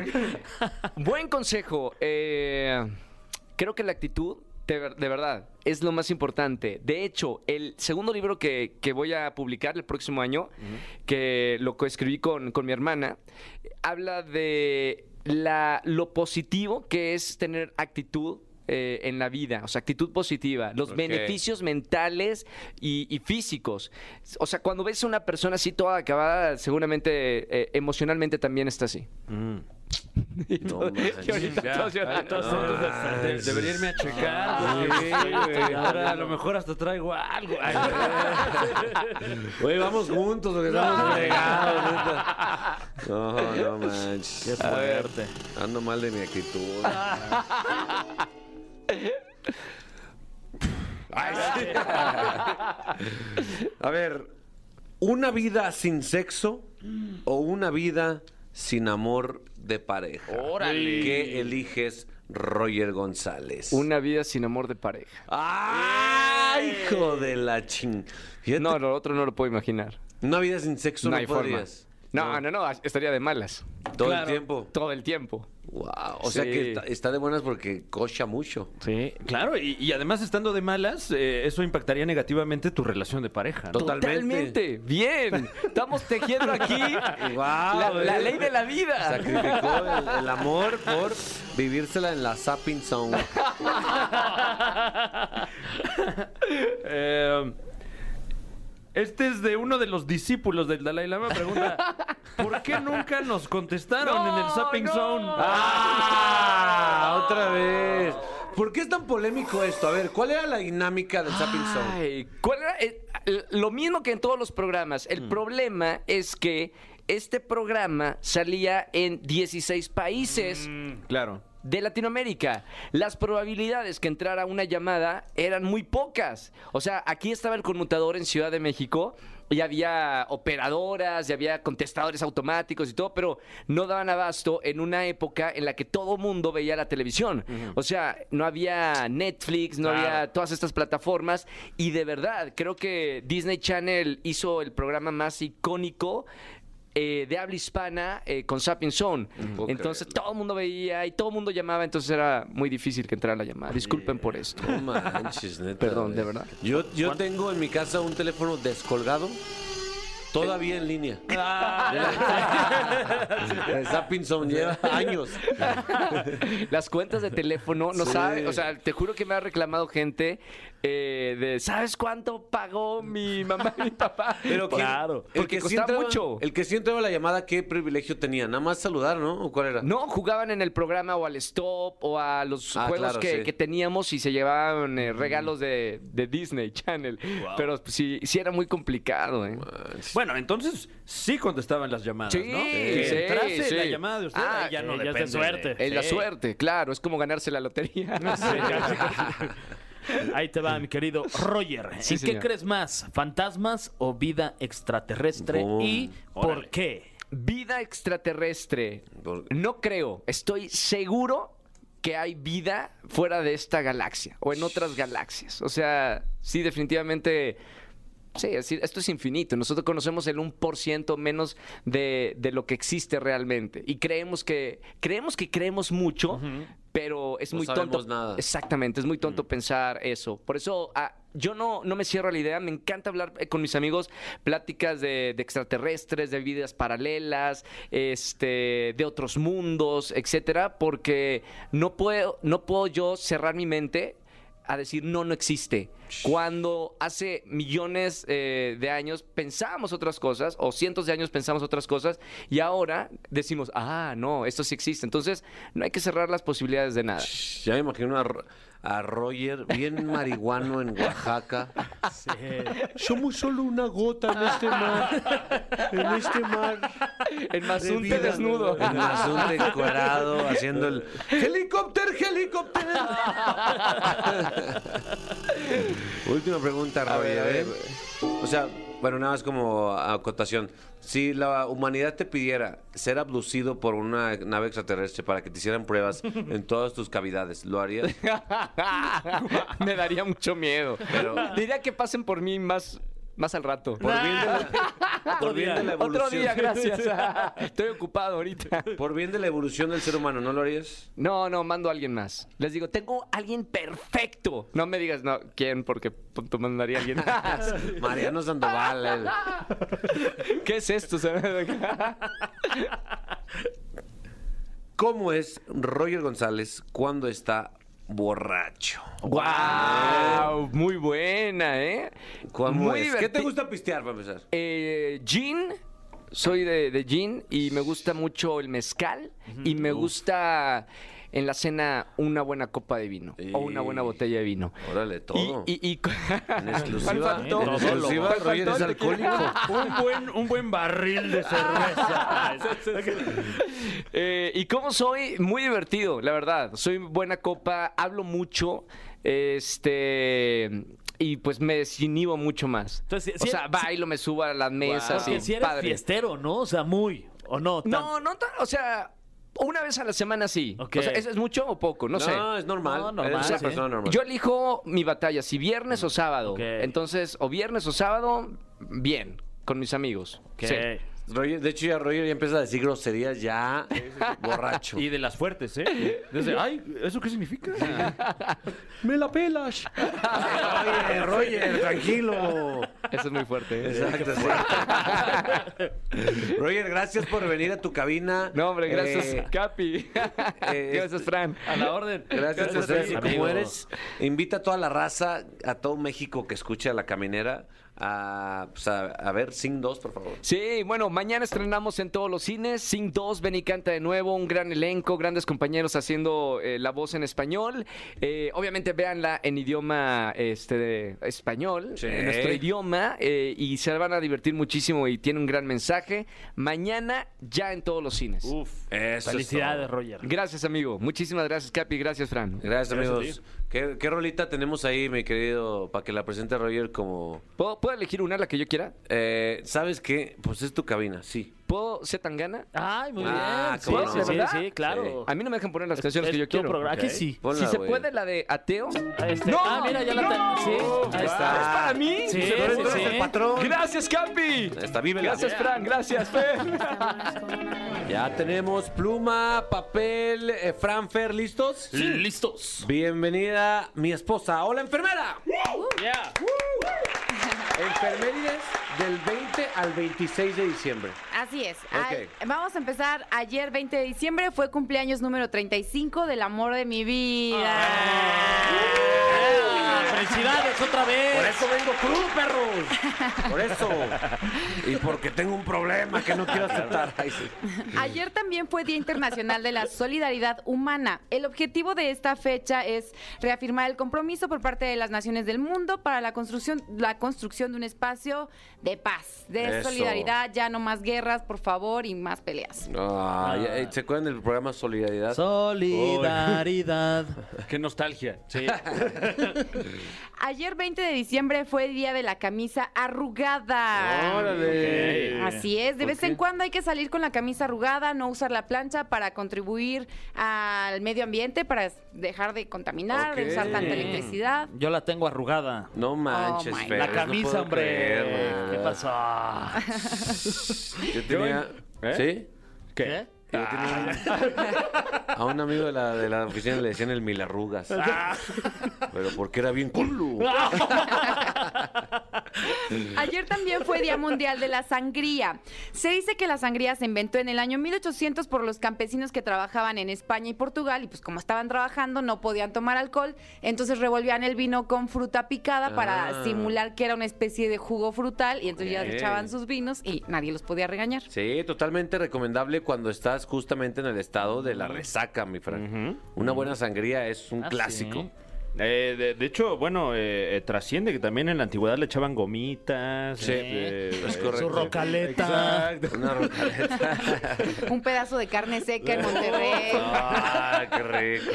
Buen consejo. eh, creo que la actitud, de, ver- de verdad, es lo más importante. De hecho, el segundo libro que, que voy a publicar el próximo año, que lo coescribí con, con mi hermana, habla de la, lo positivo que es tener actitud. eh, en la vida, o sea, actitud positiva, los beneficios mentales y, y físicos. O sea, cuando ves a una persona así toda acabada, seguramente eh, emocionalmente también está así. Y
No
todo-
manches.
y ahorita
Ya,
todos llorando.
entonces, de- Ah, debería irme a checar.
Ah,
porque, güey, ahora a lo mejor hasta traigo algo. Ay,
Güey, vamos juntos, porque estamos fregados, neta. No, no manches. Qué
fuerte.
Ando mal de mi actitud. Ay, sí. A ver, ¿una vida sin sexo o una vida sin amor de pareja?
Órale.
¿Qué eliges, Roger González?
Una vida sin amor de pareja.
¡Ay, hijo de la ching! Fíjate
No, lo otro no lo puedo imaginar.
Una vida sin sexo
no
no,
hay
podrías.
forma. No, no, no, estaría de malas.
Todo
Claro.
el tiempo.
Todo el tiempo.
Wow. O sea
Sí.
que está, está de buenas porque cocha mucho.
Sí, claro, y, y además estando de malas, eh, eso impactaría negativamente tu relación de pareja. ¿no?
Total. Totalmente.
Totalmente. Bien. Estamos tejiendo aquí
Guau,
la, la
eh.
ley de la vida.
Sacrificó el, el amor por vivírsela en la Sapping Zone.
Eh, este es de uno de los discípulos del Dalai Lama. Pregunta: ¿Por qué nunca nos contestaron en el Zapping
no.
Zone?
¡Ah! Otra vez. ¿Por qué es tan polémico esto? A ver, ¿cuál era la dinámica del Sapping Zone?
Ay, ¿cuál era? Eh, Lo mismo que en todos los programas. El problema es que este programa salía en 16 países.
Claro.
de Latinoamérica. Las probabilidades que entrara una llamada eran muy pocas. O sea, aquí estaba el conmutador en Ciudad de México y había operadoras, y había contestadores automáticos y todo, pero no daban abasto en una época en la que todo mundo veía la televisión. O sea, no había Netflix, no había todas estas plataformas y de verdad, creo que Disney Channel hizo el programa más icónico eh, de habla hispana eh, con Sapping Zone.
Mm. puedo
Entonces
creerlo.
todo el mundo veía y todo el mundo llamaba, entonces era muy difícil que entrara la llamada. Disculpen por esto.
No manches, neta.
Perdón,
güey.
de verdad.
Yo, yo tengo en mi casa un teléfono descolgado Todavía en línea. Ah. El Zappinson lleva años.
Las cuentas de teléfono, no
Sí.
sabe, o sea, te juro que me ha reclamado gente eh, de, ¿sabes cuánto pagó mi mamá y mi papá?
Pero que-
Claro.
el
Porque
que sí
costaba
entraba-
mucho.
El que sí entraba a la llamada, ¿qué privilegio tenía? Nada más saludar, ¿no? ¿O cuál era?
No, jugaban en el programa o al stop o a los
Ah,
juegos
claro,
que,
sí.
que teníamos y se llevaban eh, regalos de, de Disney Channel. Pero pues, sí, sí era muy complicado, ¿eh?
Bueno, entonces sí contestaban las llamadas,
Sí,
¿no? Eh,
sí,
Que entrase
sí.
la llamada de usted,
Ah,
ahí ya no
eh, ya es de
depende
suerte.
Es la
Sí.
suerte, claro, es como ganarse la lotería.
Ahí te va, mi querido Roger. ¿En
Sí,
qué
señor.
crees más? ¿Fantasmas o vida extraterrestre?
Boom.
¿Y por
Órale.
qué?
Vida extraterrestre.
Por-
No creo. Estoy seguro que hay vida fuera de esta galaxia o en otras galaxias. O sea, sí, definitivamente. Sí, es decir, esto es infinito. Nosotros conocemos el 1% menos de, de lo que existe realmente. Y creemos que creemos, que creemos mucho, pero es
No
muy
sabemos
tonto.
nada.
Exactamente, es muy tonto pensar eso. Por eso ah, yo no, no me cierro a la idea. Me encanta hablar eh, con mis amigos, pláticas de, de extraterrestres, de vidas paralelas, este, de otros mundos, etcétera, porque no puedo, no puedo yo cerrar mi mente a decir no, no existe. Cuando hace millones eh, de años pensábamos otras cosas, o cientos de años pensamos otras cosas, y ahora decimos, ah, no, esto sí existe. Entonces, no hay que cerrar las posibilidades de nada.
Ya me imagino a, Ro- a Roger bien marihuano en Oaxaca. Somos solo una gota en este mar. En este mar.
En Mazunte desnudo.
En Mazunte encuerado, haciendo el helicóptero, helicóptero. Última pregunta,
A ver,
Roger.
a ver.
¿eh? O sea, bueno, nada más como acotación. Si la humanidad te pidiera ser abducido por una nave extraterrestre para que te hicieran pruebas en todas tus cavidades, ¿lo harías?
Me daría mucho miedo.
Pero-
Diría que pasen por mí más, más al rato.
Por bien de la, por bien de la evolución.
Otro día, gracias. Estoy ocupado ahorita.
Por bien de la evolución del ser humano, ¿no lo harías?
No, no, mando a alguien más. Les digo, tengo a alguien perfecto. No me digas, no, ¿quién? Porque pu- te mandaría a alguien más.
Mariano Sandoval. el-
¿Qué es esto?
¿Cómo es Roger González cuando está borracho?
¡Wow! Muy buena, ¿eh?
¿Cómo
Muy
es? ¿Qué te
diverti-
gusta pistear para empezar?
Eh, gin. Soy de, de gin y me gusta mucho el mezcal y me gusta en la cena una buena copa de vino o una buena
Y-
botella de vino.
Órale, todo.
Y, y- y-
En exclusiva,
¿Cuál faltó?
en exclusiva,
¿Cuál
Roger
faltó?
es alcohólico.
Un buen, un buen barril de cerveza.
Eh, y como soy muy divertido, la verdad. Soy buena copa, hablo mucho, este y pues me desinhibo mucho más.
Entonces, si-
o
si
sea,
eres-
bailo, me subo a las mesas
Porque
y
si eres
Ah, padre.
fiestero, ¿no? O sea, muy. ¿O no? tan-
No, no, tan- o sea, una vez a la semana sí.
Ok.
O sea, ¿eso es mucho o poco? No, sé.
No, es normal.
No,
Eres
normal,
una
sí.
persona normal.
Yo elijo mi batalla, si viernes o sábado.
Ok.
Entonces, o viernes o sábado, bien, con mis amigos.
Ok.
Sí.
Roger- de hecho, ya Roger ya empieza a decir groserías ya borracho.
Y de las fuertes, ¿eh? Desde, ay, ¿eso qué significa? Me la pelas.
Oye, Roger, tranquilo.
Eso es muy fuerte. ¿eh?
Exacto, sí. Roger, gracias por venir a tu cabina.
No, hombre, gracias,
Eh, este
Capi. gracias, Fran.
A la orden.
Gracias por ser así
amigo.
como eres. Invita a toda la raza, a todo México que escuche a La Caminera a, pues, a- a ver Sing 2, por favor.
Sí, bueno, mañana estrenamos en todos los cines. Sing 2, Ven y Canta de nuevo. Un gran elenco, grandes compañeros haciendo eh, la voz en español. Eh, obviamente, véanla en idioma este, español,
Sí.
en nuestro idioma, eh, y se van a divertir muchísimo y tiene un gran mensaje. Mañana ya en todos los cines.
Uf.
Eso
Felicidades,
es todo.
Roger.
Gracias, amigo. Muchísimas gracias, Capi. Gracias, Fran.
Gracias,
Gracias a
amigos. ¿Qué, qué rolita tenemos ahí, mi querido, para que la presente Roger como...
¿Puedo, puedo elegir una, la que yo quiera?
eh, ¿Sabes qué? Pues es tu cabina, sí.
¿Puedo ser tan gana?
Ay, muy
Ah,
bien. Sí,
¿cómo
sí,
no?
sí,
¿Verdad?
sí, claro.
A mí no me dejan poner las canciones
Es
que yo
tu
quiero.
programa. Aquí sí.
Ponla,
si se
güey.
puede la de ateo.
Este-
¡No!
Ah, mira, ya la
¡No!
ten- Sí, ahí
está.
¿Es para mí?
Sí,
Se
sí,
parece-
sí.
el patrón.
Gracias, Capi.
Está vive
Gracias, Fran. Gracias, Fer.
Ya tenemos pluma, papel, eh, Franfer, ¿listos?
Listos.
Bienvenida mi esposa. Hola, enfermera.
Yeah.
Enfermerides del 20 al 26 de diciembre.
Así es. Ay, vamos a empezar. Ayer, 20 de diciembre, fue cumpleaños número 35 del amor de mi vida.
Ah. ¡Felicidades otra
Por
vez!
eso vengo crudo, perros. Por eso. Y porque tengo un problema que no quiero aceptar. Ay, sí.
Ayer también fue Día Internacional de la Solidaridad Humana. El objetivo de esta fecha es reafirmar el compromiso por parte de las naciones del mundo para la construcción, la construcción de un espacio de paz, de
Eso.
solidaridad, ya no más guerras, por favor, y más peleas.
Ay, ay, ¿Se acuerdan del programa Solidaridad?
Solidaridad.
Qué nostalgia. Sí.
Ayer 20 de diciembre fue el día de la camisa arrugada.
¡Órale!
Así es, de vez en cuando hay que salir con la camisa arrugada, no usar la plancha para contribuir al medio ambiente, para dejar de contaminar, de
Ok.
usar tanta electricidad.
Yo la tengo arrugada.
No manches,
Oh, my
Fer,
La
Pues no
camisa,
puedo
hombre.
creerlo.
¿Qué pasó?
Yo tenía.
¿Eh?
¿Sí?
¿Qué?
Yo tenía un- A un amigo de la, de la oficina le decían el milarrugas. Pero porque era bien culo.
Ayer también fue Día Mundial de la Sangría. Se dice que la sangría se inventó en el año 1800 por los campesinos que trabajaban en España y Portugal y pues como estaban trabajando no podían tomar alcohol, entonces revolvían el vino con fruta picada
Ah.
para simular que era una especie de jugo frutal y entonces
Ok.
ya echaban sus vinos y nadie los podía regañar.
Sí, totalmente recomendable cuando estás justamente en el estado de la resaca, mi Fran. Una buena sangría es un
Ah,
clásico.
sí.
Eh, de, de hecho, bueno, eh, eh, trasciende que también en la antigüedad le echaban gomitas.
Sí,
este,
es
eh,
correcto.
Su rocaleta.
Exacto.
Una rocaleta.
Un pedazo de carne seca en Monterrey.
Ah, qué rico.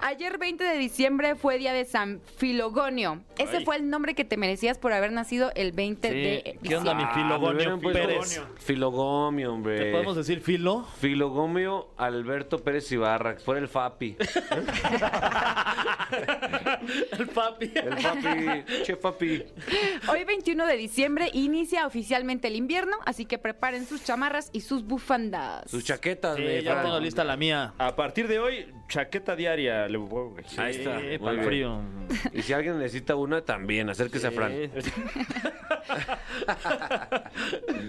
Ayer 20 de diciembre fue día de San Filogonio. Ese
Ay.
fue el nombre que te merecías por haber nacido el 20
Sí,
de
¿qué
diciembre.
onda, mi
Me hubieran
Filogonio
puesto
Pérez?
pues, Filogomio, hombre.
pues. ¿Te podemos decir filo?
Filogomio Alberto Pérez Ibarra, que fuera el Fapi.
El papi.
El Fapi, che Fapi.
Hoy 21 de diciembre inicia oficialmente el invierno, así que preparen sus chamarras y sus bufandas.
Sus chaquetas, mi
Sí, ya
Fran.
tengo lista la mía.
A partir de hoy, chaqueta diaria. le pongo aquí.
Ahí está. Muy
Eh, para el
bien.
frío.
Y si alguien necesita una, también, acérquese a Fran.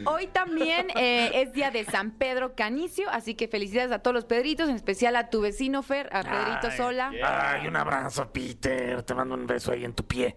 Hoy también eh, es día de San Pedro Canicio, así que felicidades a todos los pedritos, en especial a tu vecino Fer, a Pedrito Sola.
Ay, un abrazo, Peter. Te mando un beso ahí en tu pie.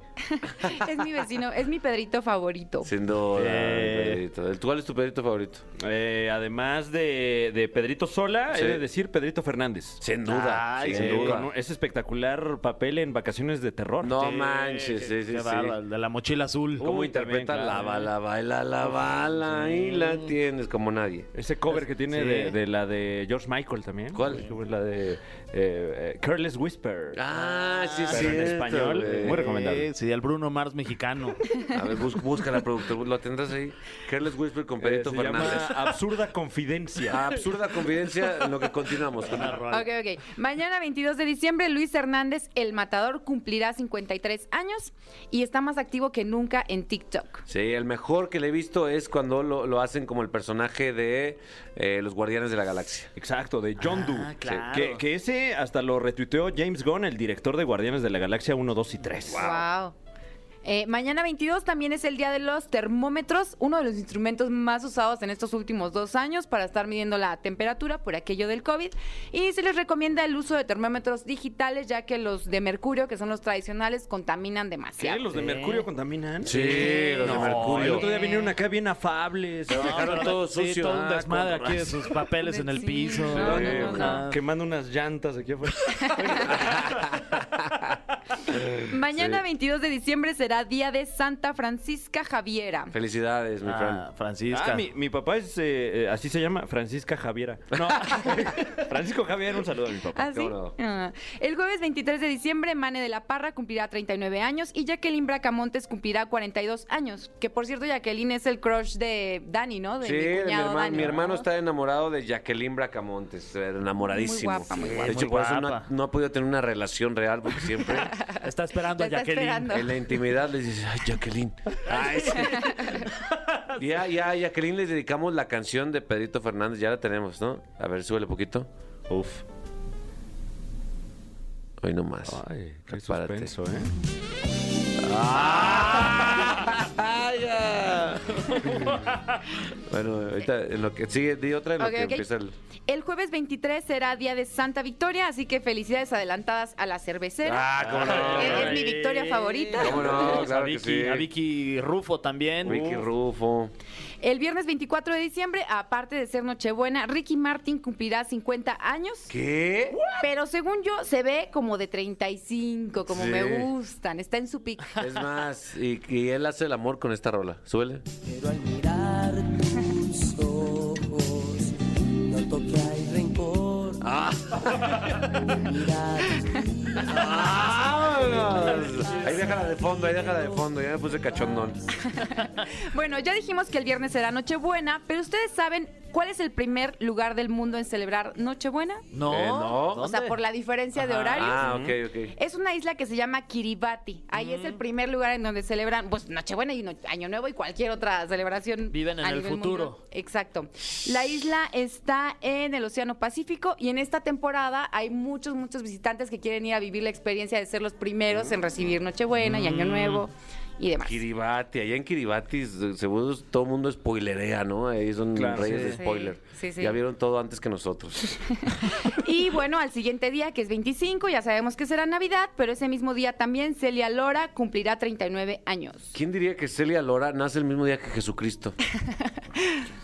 Es mi vecino, es mi Pedrito favorito.
Siendo
Eh.
¿Cuál es tu pedrito favorito?
Eh, además de, de Pedrito Sola,
Sí.
he de decir Pedrito Fernández.
Sin duda,
Ay,
sin
eh,
duda.
con un- ese espectacular papel en Vacaciones de Terror.
No manches, sí, sí,
Qué
sí.
bárbaro, el de la mochila azul.
¿Cómo
Uy,
interpreta
también,
la
claro.
bala, baila la bala y la tienes como nadie?
Ese cover que tiene
Sí.
de, de la de George Michael también.
¿Cuál?
Que es La de eh, eh, Careless Whisper.
Ah, sí, sí.
pero en español, muy recomendable.
Sí, sí, el Bruno Mars mexicano.
A ver, bus- busca la productor, lo tendrás ahí. Carles Whisper con
Eh,
Pedrito
se
Fernández. Ah.
llama Absurda Confidencia.
Absurda confidencia en lo que continuamos.
Ok, ok. Mañana 22 de diciembre, Luis Hernández, el matador, cumplirá 53 años y está más activo que nunca en TikTok.
Sí, el mejor que le he visto es cuando lo, lo hacen como el personaje de eh, Los Guardianes de la Galaxia.
Exacto, de John Doe.
Ah, claro.
Que, que ese hasta lo retuiteó James Gunn, el director de Guardianes de la Galaxia 1, 2 y 3.
Wow. Eh, mañana 22 también es el día de los termómetros, uno de los instrumentos más usados en estos últimos dos años para estar midiendo la temperatura por aquello del COVID. Y se les recomienda el uso de termómetros digitales, ya que los de mercurio, que son los tradicionales, contaminan
¿Qué?
demasiado.
¿Los de Mercurio contaminan?
Sí, los de Mercurio.
El otro día vinieron acá bien afables.
dejaron todo
Sí,
sucio.
todo un
Ah,
desmadre
con
aquí de sus papeles en el
Sí.
piso.
No,
Eh,
no, no, no.
Quemando unas llantas aquí afuera.
Mañana 22 de diciembre será día de Santa Francisca Javiera.
Felicidades, mi
Ah,
Fran.
Francisca.
Ah, mi, mi papá es, eh, eh, así se llama, Francisca Javiera. No, Francisco Javier, un saludo a mi papá.
¿Ah, sí?
no?
Ah. El jueves 23 de diciembre, Mane de la Parra cumplirá 39 años y Jacqueline Bracamontes cumplirá 42 años. Que por cierto, Jacqueline es el crush de Dani, ¿no? De
Sí, de mi,
cuñado
hermano,
Dani.
mi hermano está enamorado de Jacqueline Bracamontes, eh, enamoradísimo.
Muy guapa, muy guapa.
de hecho,
Muy
por eso no, ha-
guapa.
no ha podido tener una relación real, porque siempre
Está esperando
Te
a
está
Jacqueline.
esperando.
en la intimidad les dice, ay, Jacqueline. Ay, sí. Y a, y a Jacqueline les dedicamos la canción de Pedrito Fernández, ya la tenemos, ¿no? A ver, súbele poquito.
Uf.
Hoy nomás.
Ay, qué
Prepárate.
suspenso, ¿eh?
Bueno, ahorita en lo que sigue, di otra en lo
Ok,
que
ok.
empieza el.
El jueves 23 será día de Santa Victoria, así que felicidades adelantadas a la cervecera.
Ah, cómo no.
Es- es mi victoria favorita.
¿Cómo no?
a,
Claro que
Vicky,
sí.
a Vicky Rufo también.
Vicky
Uf.
Rufo.
El viernes 24 de diciembre, aparte de ser Nochebuena, Ricky Martin cumplirá 50 años.
¿Qué?
Pero según yo, se ve como de 35, como
Sí.
me gustan. Está en su pico.
Es más, y, y él hace el amor con esta rola. Suele.
Pero al mirar tus ojos, noto que hay rencor. Mira tus
Ahí déjala de fondo, ahí déjala de fondo. Ya me puse cachondón.
Bueno, ya dijimos que el viernes será Nochebuena, pero ustedes saben cuál es el primer lugar del mundo en celebrar Nochebuena?
No.
Eh, no.
O sea,
¿Dónde?
por la diferencia de
Ajá.
horarios.
Ah, ok, ok.
Es una isla que se llama Kiribati. Ahí es el
Mm.
primer lugar en donde celebran pues Nochebuena y no- Año Nuevo y cualquier otra celebración.
Viven en
a
el
nivel
futuro.
mundial. Exacto. La isla está en el Océano Pacífico y en esta temporada hay muchos, muchos visitantes que quieren ir a vivir la experiencia de ser los primeros en
Mm.
recibir Nochebuena y Año Nuevo y demás.
Kiribati, allá en Kiribati se- seguro todo el mundo spoilerea, ¿no? Ahí son reyes de
Sí.
spoiler.
Sí, sí.
Ya vieron todo antes que nosotros.
Y bueno, al siguiente día, que es 25, ya sabemos que será Navidad, pero ese mismo día también Celia Lora cumplirá 39 años.
¿Quién diría que Celia Lora nace el mismo día que Jesucristo?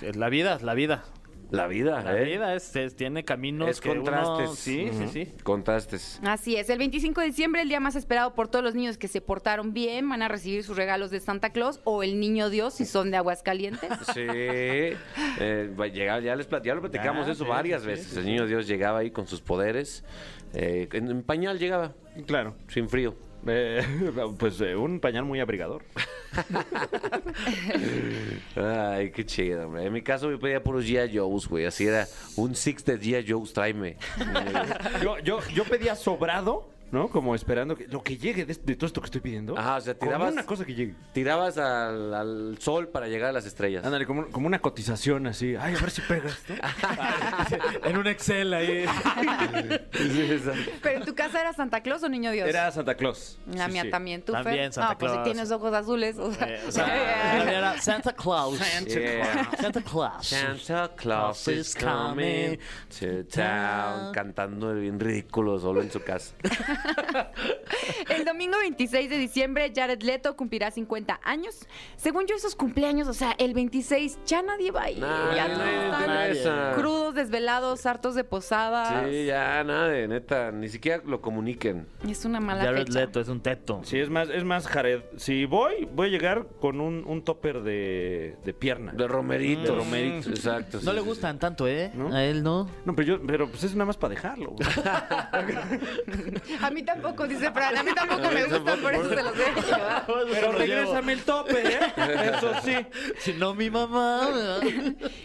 Es la vida, es la vida.
La vida,
La
¿eh?
vida es, es- tiene caminos
es
que uno-
contrastes.
Sí,
Ujú.
sí, sí.
Contrastes.
Así es, el 25 de diciembre, el día más esperado por todos los niños que se portaron bien, van a recibir sus regalos de Santa Claus o el Niño Dios si son de Aguascalientes.
Sí. Eh, va- llegaba- ya, les plat- ya lo platicamos
Ah,
eso
sí,
varias
sí,
veces.
sí,
el niño Dios llegaba ahí con sus poderes. eh, en, en pañal llegaba,
Claro.
sin frío.
pues eh, un pañal muy abrigador.
Ay, qué chido, hombre. En mi caso yo pedía puros G.I. Joe's, güey. Así era, un six de G.I. Joe's, tráeme.
Yo, yo, yo pedía sobrado, ¿no? Como esperando que lo que llegue de, de todo esto que estoy pidiendo.
Ah,
Ajá, o sea,
como
tirabas-
una cosa que llegue.
Tirabas al, al sol para llegar a las estrellas.
Ándale, como, como una cotización así. Ay, a ver si pegas. ¿no?
En un Excel ahí.
Pero en tu casa era Santa Claus o Niño Dios?
Era Santa Claus.
la
Sí,
mía
sí.
también, tú Fer?
También Santa
no, pues si
Claus.
tienes ojos azules, o sea,
Eh, o sea, era Santa Claus.
Yeah.
Santa Claus.
Santa Claus is coming to town. Cantando bien ridículo solo en su casa.
El domingo 26 de diciembre, Jared Leto cumplirá 50 años. Según yo, esos cumpleaños, o sea, el 26 ya nadie va a ir.
Nah,
ya
no,
todos están
no, esa.
crudos, desvelados, hartos de posadas.
Sí, ya, nada de neta. Ni siquiera lo comuniquen.
Es una mala
Jared
fecha.
Leto es un teto.
Sí, es más, es más, Jared. Si voy, voy a llegar con un, un topper de, de pierna.
De romerito.
Mm. romerito.
Exacto.
No
sí,
le
sí,
gustan tanto, ¿eh?
¿No?
A él no.
No, pero yo, pero pues es nada más para dejarlo. güey.
A mí tampoco, dice Fran. A mí tampoco me gusta, por eso se los dejo.
pero regrésame el topper, ¿eh? Eso sí.
Si no, mi mamá.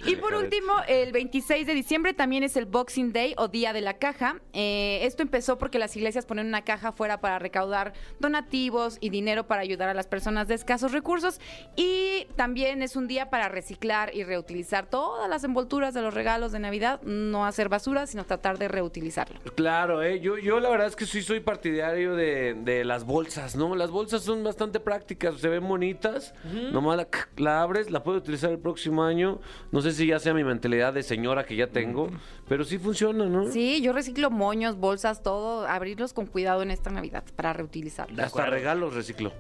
Y por último, el 26 de diciembre también es el Boxing Day o Día de la Caja. Eh, esto empezó porque las iglesias ponen una caja fuera para recaudar donativos y dinero para ayudar a las personas de escasos recursos. Y también es un día para reciclar y reutilizar todas las envolturas de los regalos de Navidad, no hacer basura, sino tratar de reutilizarlo.
Claro, eh, yo, yo la verdad es que sí soy partidario de, de las bolsas, ¿no? Las bolsas son bastante prácticas, se ven bonitas, nomás la, la abres, la puedes utilizar el próximo año, no sé si ya sea mi mentalidad de señora que ya tengo, pero sí funciona, ¿no?
Sí, yo reciclo moños, bolsas, todo, abrirlos con cuidado en esta Navidad para reutilizarlo.
Hasta regalos reciclo.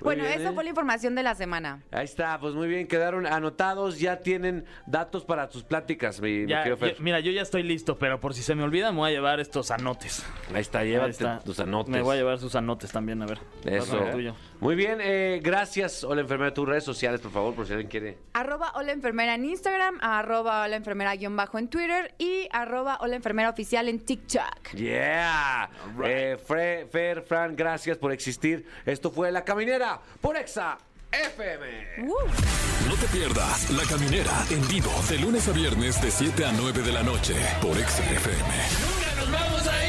Bueno,
bien,
esa
¿eh?
fue la información de la semana.
Ahí está, pues muy bien, quedaron anotados, ya tienen datos para sus pláticas, mi, mi
Ya,
querido Fer.
yo- mira, yo ya estoy listo, pero por si se me olvida, me voy a llevar estos anotes.
Ahí está,
Ahí
llévate
está.
tus anotes.
Me voy a llevar sus anotes también, a ver.
Eso.
Pásame el tuyo.
Muy bien, eh, gracias. Hola, enfermera, tus redes sociales, por favor, por si alguien quiere.
Arroba hola enfermera en Instagram, arroba hola enfermera guión bajo en Twitter y arroba hola enfermera oficial en TikTok.
Yeah. Eh, Fre- Fer, Fran, gracias por existir. Esto fue La Caminera por Exa FM.
¡Uh!
No te pierdas La Caminera en vivo de lunes a viernes de 7 a 9 de la noche por Exa FM.
Nunca nos vamos a ir.